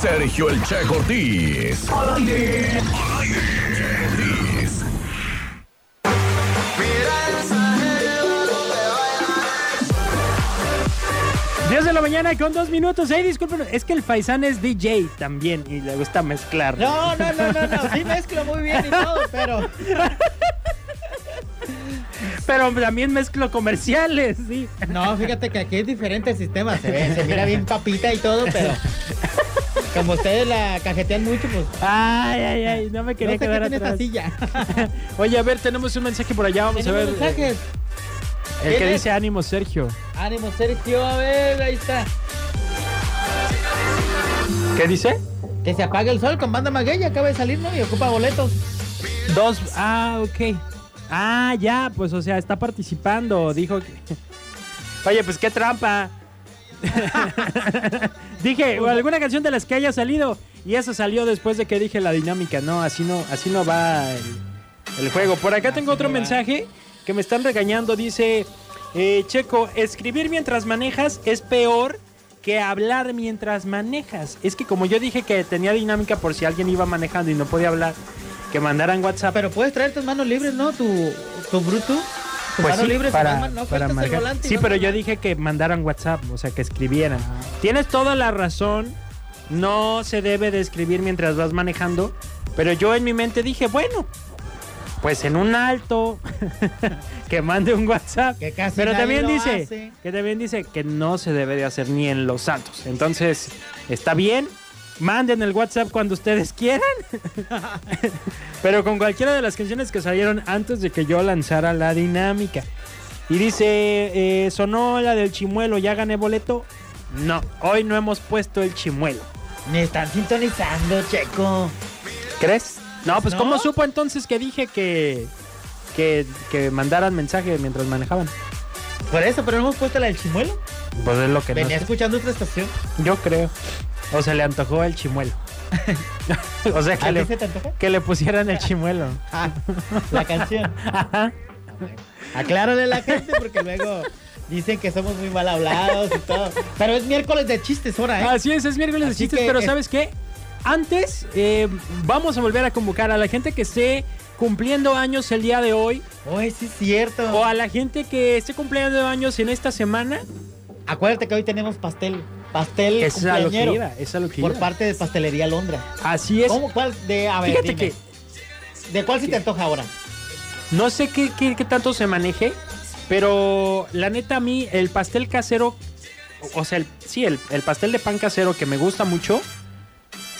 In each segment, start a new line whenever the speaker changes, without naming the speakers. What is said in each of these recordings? Sergio El Che Ortiz. Al aire. Al aire. Ortiz.
Mira esa jeva lo que baila.
10 de la mañana con dos minutos. Ay, disculpen, es que el Faisán es DJ también y le gusta mezclar.
No, no, no, no, no. Sí mezclo muy bien y todo, pero.
Pero también mezclo comerciales, sí.
No, fíjate que aquí es diferente el sistema. Se ve, se mira bien papita y todo, pero. Como ustedes la cajetean mucho, pues.
Ay, ay, ay, no me quería
no sé qué
quedar
tiene esta
atrás.
silla.
Oye, a ver, tenemos un mensaje por allá, vamos a
Tenemos
ver.
eh,
mensajes.
El que
¿Tienes?
dice ánimo, Sergio.
Ánimo, Sergio. A ver, ahí está.
¿Qué dice?
Que se apague el sol con banda maguey. Acaba de salir, ¿no? Y ocupa boletos.
Dos, ah, ok. Ah, ya, pues o sea, está participando, dijo que... Oye, pues qué trampa. dije, o
Pues,
alguna canción de las que haya salido. Y eso salió después de que dije la dinámica. No, así no, así no va el, el juego. Por acá tengo otro
no va.
mensaje que me están regañando. Dice, eh, Checo, escribir mientras manejas es peor que hablar mientras manejas. Es que como yo dije que tenía dinámica por si alguien iba manejando y no podía hablar, que mandaran WhatsApp.
Ah, Pero puedes traer tus manos libres, ¿no? Tu, tu bruto. Tu
Pues
mano
sí,
libre se
para,
llama, no
para
sueltas el
marcar.
volante y
Sí,
vas
pero yo
manejando.
dije que mandaran WhatsApp, o sea, que escribieran.
Ah.
Tienes toda la razón, no se debe de escribir mientras vas manejando, pero yo en mi mente dije, bueno, pues en un alto, que mande un WhatsApp.
Que casi
pero
nadie
también
lo
dice,
hace.
que también dice que no se debe de hacer ni en Los Santos. Entonces, está bien, manden el WhatsApp cuando ustedes quieran. Pero con cualquiera de las canciones que salieron antes de que yo lanzara la dinámica. Y dice, eh, sonó la del chimuelo, ¿ya gané boleto? No, hoy no hemos puesto el chimuelo.
Me están sintonizando, Checo.
¿Crees? No, pues
¿No?
¿cómo supo entonces que dije que, que, que mandaran mensaje mientras manejaban?
Por eso, pero no hemos puesto la del chimuelo.
Pues es lo que no
Venía
sé.
escuchando otra estación.
Yo creo. O se le antojó el chimuelo. o sea,
¿A
que
ti
le,
se te antoja?
que le pusieran el chimuelo.
Ah, la canción.
Ajá.
Aclárale a la gente porque luego dicen que somos muy mal hablados y todo. Pero es miércoles de chistes ahora, ¿eh?
Así es, es miércoles de
Así
chistes,
que-
pero ¿sabes qué? Antes eh, vamos a volver a convocar a la gente que esté cumpliendo años el día de hoy
Oye, sí es cierto.
o a la gente que esté cumpliendo años en esta semana.
Acuérdate que hoy tenemos pastel. Pastel
Esa es a lo que
cumpleañero.
iba, esa es lo que
Por
iba.
parte de Pastelería Londra.
Así es.
¿Cómo? ¿Cuál? De, a ver,
Fíjate
dime.
que
¿De cuál se te antoja ahora?
no sé qué, qué- qué tanto se maneje, pero la neta a mí el pastel casero, o- o sea, el- sí, el, el pastel de pan casero que me gusta mucho,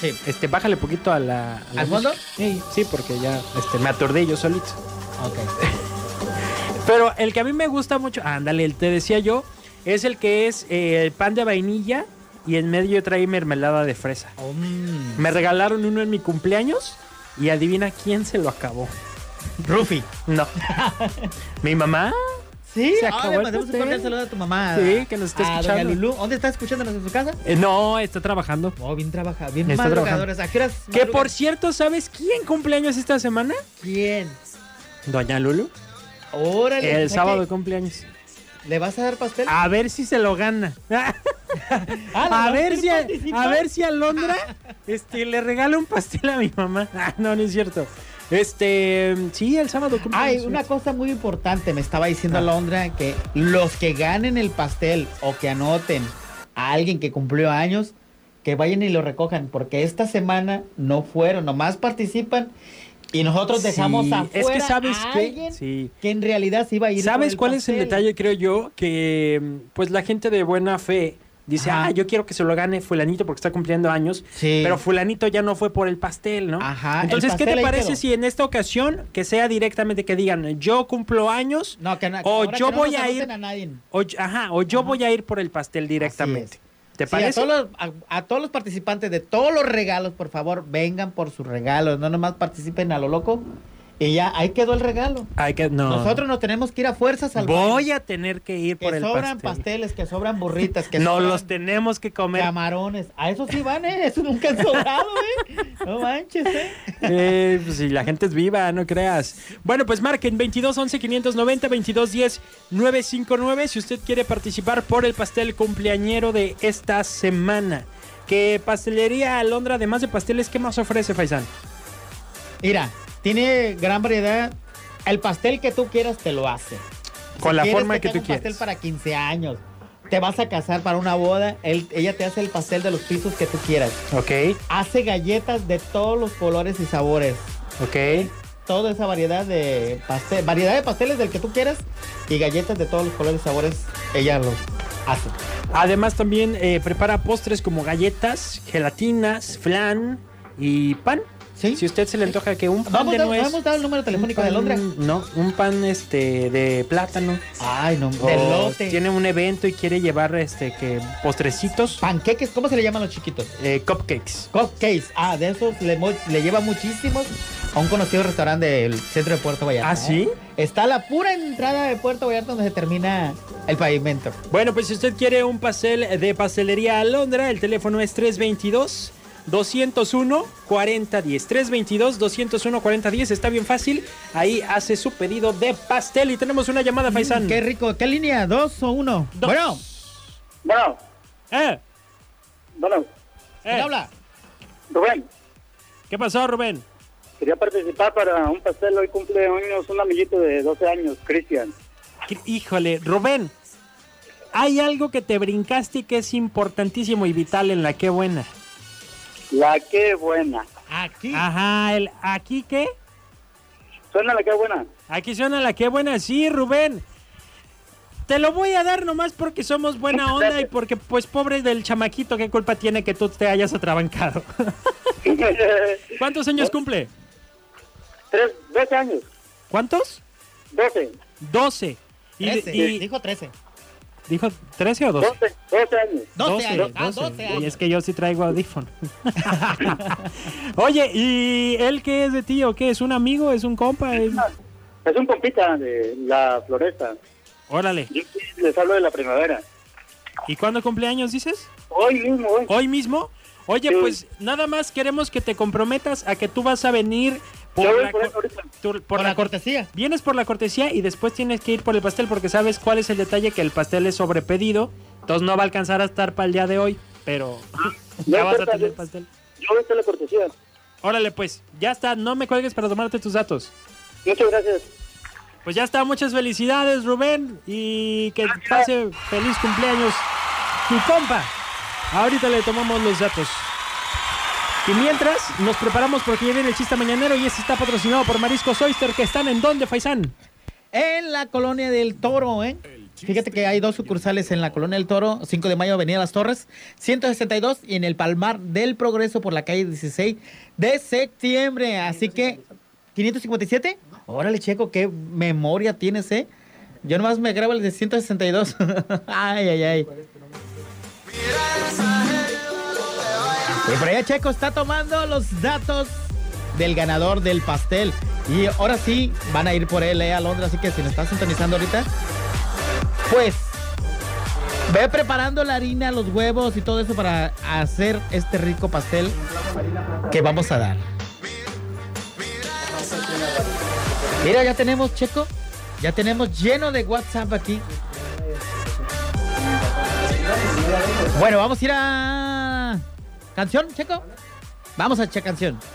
Sí.
este, bájale poquito a la... a la
¿Al fondo?
música. Sí, sí, porque ya este, me atordé yo solito.
Ok.
Pero el que a mí me gusta mucho, ándale, el te decía yo, es el que es eh, el pan de vainilla y en medio trae mermelada de fresa.
Mm.
Me regalaron uno en mi cumpleaños y adivina quién se lo acabó.
Rufi.
No. ¿Mi mamá?
Sí,
Se
se
acabó
acabó.
el
Le mandamos un
pastel.
cordial saludo a tu mamá.
Sí, que nos está
a
escuchando.
Doña Lulú. ¿Dónde está escuchándonos en su casa?
Eh, no, está trabajando.
Oh, bien trabaja, bien
Está
madrugadores. ¿A qué horas?
Que
madrugan?
por cierto, ¿sabes quién cumpleaños esta semana?
quién?
Doña Lulu.
Órale. o sea
El
que
sábado de cumpleaños.
¿Le vas a dar pastel?
A ver si se lo gana.
Ah, ¿le
A
vas
ver,
ir
si a,
participando?
a ver si Alondra este, le regala un pastel a mi mamá. Ah, no, no es cierto. Este, sí, el sábado
Ay,
cumpleaños.
una cosa muy importante, me estaba diciendo
Ah.
Alondra que los que ganen el pastel o que anoten a alguien que cumplió años, que vayan y lo recojan, porque esta semana no fueron, nomás participan y nosotros
Sí,
dejamos afuera
Es que sabes
a
que.
alguien
Sí.
que en realidad sí iba a ir. por
¿Sabes cuál es el
pastel.
detalle, creo yo? Que mm, pues la gente de buena fe dice,
Ajá.
ah, yo quiero que se lo gane fulanito porque está cumpliendo años.
Sí.
Pero fulanito ya no fue por el pastel, ¿no?
Ajá, el
Entonces, ¿qué
pastel
te
ahí
parece
quedó.
si en esta ocasión que sea directamente que digan, yo cumplo años?
No, que no,
O
ahora
Oh, yo
que no
voy
nos
a ir-
anoten a nadie.
O, yo- ajá, o yo
Ajá.
voy a ir por el pastel directamente. ¿Te
Sí,
parece?
a, todos los, a- a todos los participantes de todos los regalos, por favor, vengan por sus regalos. No nomás participen a lo loco. Y ya, ahí quedó el regalo.
Ay, que no.
Nosotros nos tenemos que ir a fuerzas al
Voy
baño.
a tener que ir
Que
por el
sobran
pastel.
pasteles, que sobran burritas, que
no
sobran
los tenemos que comer.
camarones. A eso sí van, ¿eh? Eso nunca han sobrado, ¿eh? No manches, ¿eh?
Eh, pues, si la gente es viva, no creas. Bueno, pues marquen 22 11 590 22 10 959 si usted quiere participar por el pastel cumpleañero de esta semana. Que Pastelería Alondra, además de pasteles, ¿qué más ofrece, Faisán?
Mira, tiene gran variedad. El pastel que tú quieras te lo hace.
Con
Si
la
quieres
forma
te
que tú
haga un pastel
quieres.
para 15 años. Te vas a casar para una boda. él- ella te hace el pastel de los pisos que tú quieras.
Ok,
Hace galletas de todos los colores y sabores.
ok.
Toda esa variedad de pastel, variedad de pasteles del que tú quieras y galletas de todos los colores y sabores, ella los hace.
Además también eh, prepara postres como galletas, gelatinas, flan y pan.
¿Sí?
Si a usted se le antoja que un pan
Vamos
de
a
nuez...
dar el número telefónico
un
de Londres.
pan- No, un pan este de plátano.
Ay, no,
O
de lote.
Tiene un evento y quiere llevar este que postrecitos,
Panqueques, ¿cómo se le llaman los chiquitos?
eh, cupcakes.
Cupcakes. Ah, de esos le, mo- le lleva muchísimos a un conocido restaurante del centro de Puerto Vallarta.
¿Ah,
¿eh?
sí?
Está la pura entrada de Puerto Vallarta donde se termina el pavimento.
Bueno, pues si usted quiere un pastel de pastelería Alondra, el teléfono es 322 201 4010. 322 201 4010, está bien fácil. Ahí hace su pedido de pastel y tenemos una llamada Faisán.
Mm, Qué rico. ¿Qué línea? ¿Dos o uno?
Dos.
Bueno,
Bueno,
Eh,
bueno,
¿quién
eh,
habla?
Rubén,
¿Qué pasó, Rubén?
quería participar para un pastel. Hoy cumple años un amiguito de 12 años, Cristian.
Qué- Híjole, Rubén. Hay algo que te brincaste y que es importantísimo y vital en la que buena.
La que buena.
Aquí.
Ajá, el aquí qué?
Suena la que buena.
Aquí suena la que buena, sí, Rubén. Te lo voy a dar nomás porque somos buena onda y porque, pues, pobre del chamaquito, ¿qué culpa tiene que tú te hayas atrabancado? ¿Cuántos años cumple?
Tres, 12 años,
¿Cuántos?
12,
Doce. Y,
Trece.
y-
Dijo trece.
¿Dijo 13 o 12?
12, 12 años.
Doce
12,
años. Ah,
12.
doce
Y
años.
es que yo sí traigo audífono. Oye, ¿y él qué es de ti o qué? ¿Es un amigo? ¿Es un compa? ¿Es-
Es un compita de la floresta.
Órale.
Yo sí les hablo de la primavera.
¿Y cuándo cumpleaños dices?
Hoy mismo, hoy.
¿Hoy mismo? Oye,
Sí.
pues nada más queremos que te comprometas a que tú vas a venir por
Yo voy
la,
por
cor-
eso ahorita.
tu- por
Por
la
la cortesía.
Vienes por la cortesía y después tienes que ir por el pastel porque sabes cuál es el detalle que el pastel es sobrepedido. Entonces no va a alcanzar a estar para el día de hoy, pero ya
no
vas a
importa,
tener
yo-
pastel.
Yo voy a hacer la cortesía.
Órale, pues, ya está, no me cuelgues para tomarte tus datos.
Muchas gracias.
Pues ya está, muchas felicidades, Rubén, y que pase feliz cumpleaños tu compa. Ahorita le tomamos los datos. Y mientras, nos preparamos porque ya viene el chiste mañanero y este está patrocinado por Mariscos Oyster, que están en donde, Faisán.
En la colonia del Toro, ¿eh? Fíjate que hay dos sucursales en la colonia del Toro, 5 de mayo, Avenida Las Torres, 162, y en el Palmar del Progreso por la calle 16 de septiembre. Así que, ¿557? Órale, checo, qué memoria tienes, ¿eh? Yo nomás me grabo el de 162. ay, ay, ay. Y por allá Checo está tomando los datos del ganador del pastel. Y ahora sí, van a ir por él eh, a Londres. Así que si nos estás sintonizando ahorita, pues ve preparando la harina, los huevos y todo eso para hacer este rico pastel que vamos a dar. Mira, ya tenemos Checo. Ya tenemos lleno de WhatsApp aquí. Bueno, vamos a ir a... ¿Canción, Checo? Vamos a echar canción.